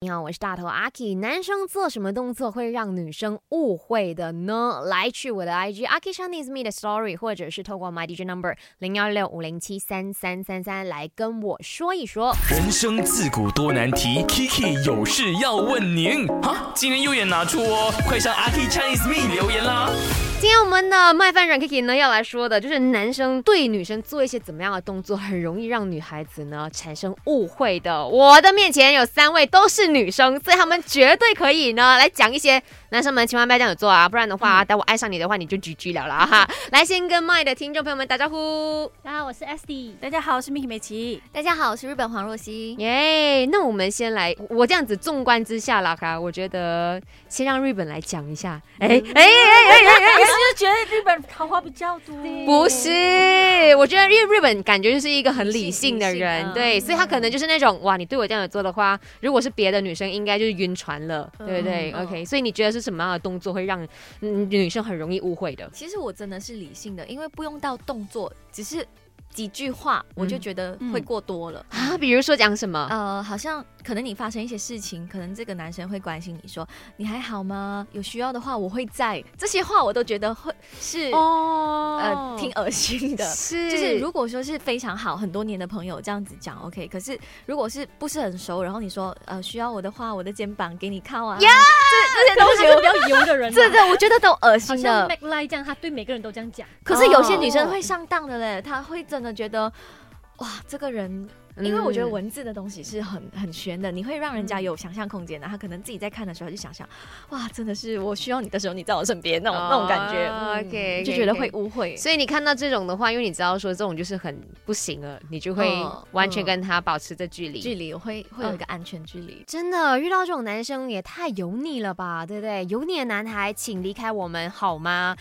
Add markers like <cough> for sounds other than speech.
你啊好，我是大头阿 K。男生做什么动作会让女生误会的呢？来去我的 IG 阿 K Chinese Me 的 Story，或者是透过 My DJ Number 零幺六五零七三三三三来跟我说一说。人生自古多难题，Kiki 有事要问您。哈，今天右眼拿出哦，快上阿 K Chinese Me 留言啦！今天我们的麦饭人 Kiki 呢要来说的，就是男生对女生做一些怎么样的动作，很容易让女孩子呢产生误会的。我的面前有三位都是女生，所以他们绝对可以呢来讲一些男生们千万不要这样子做啊，不然的话，等我爱上你的话，你就 GG 了啦哈。来，先跟麦的听众朋友们打招呼，大家好，我是 SD。大家好，我是 Miki 美琪。大家好，我是日本黄若曦。耶、那我们先来，我这样子纵观之下啦，哈，我觉得先让日本来讲一下，哎哎哎哎哎哎。我是觉得日本桃花比较多，不是，我觉得日日本感觉就是一个很理性的理性理人，性对，嗯所以他可能就是那种哇，你对我这样子做的话，如果是别的女生，应该就是晕船了，对不对、嗯 o k 所以你觉得是什么样的动作会让、嗯、女生很容易误会的？其实我真的是理性的，因为不用到动作，只是几句话，我就觉得会过多了。啊， <laughs> 比如说讲什么？呃，好像可能你发生一些事情，可能这个男生会关心你说你还好吗？有需要的话我会在。这些话我都觉得会是、哦呃挺恶心的。是，就是如果说是非常好很多年的朋友这样子讲 OK，可是如果是不是很熟，然后你说呃需要我的话，我的肩膀给你靠啊这这些东西我我比较油的 <laughs> 人啊， <laughs> 这这我觉得都恶好心像的 m。a c l i 这样，他对每个人都这样讲。可是有些女生会上当的嘞，她会真的觉得，哇，这个人，嗯因为我觉得文字的东西是很很玄的，你会让人家有想象空间的。她可能自己在看的时候就想象，哇，真的是我需要你的时候你在我身边那种那种感觉嗯哦，OK，OK，OK 就觉得会误会。所以你看到这种的话，因为你知道说这种就是很不行了，你就会嗯完全嗯跟他保持着距离。距离会会有一个安全距离，真的遇到这种男生也太油腻了吧，对不对？油腻的男孩，请离开我们好吗？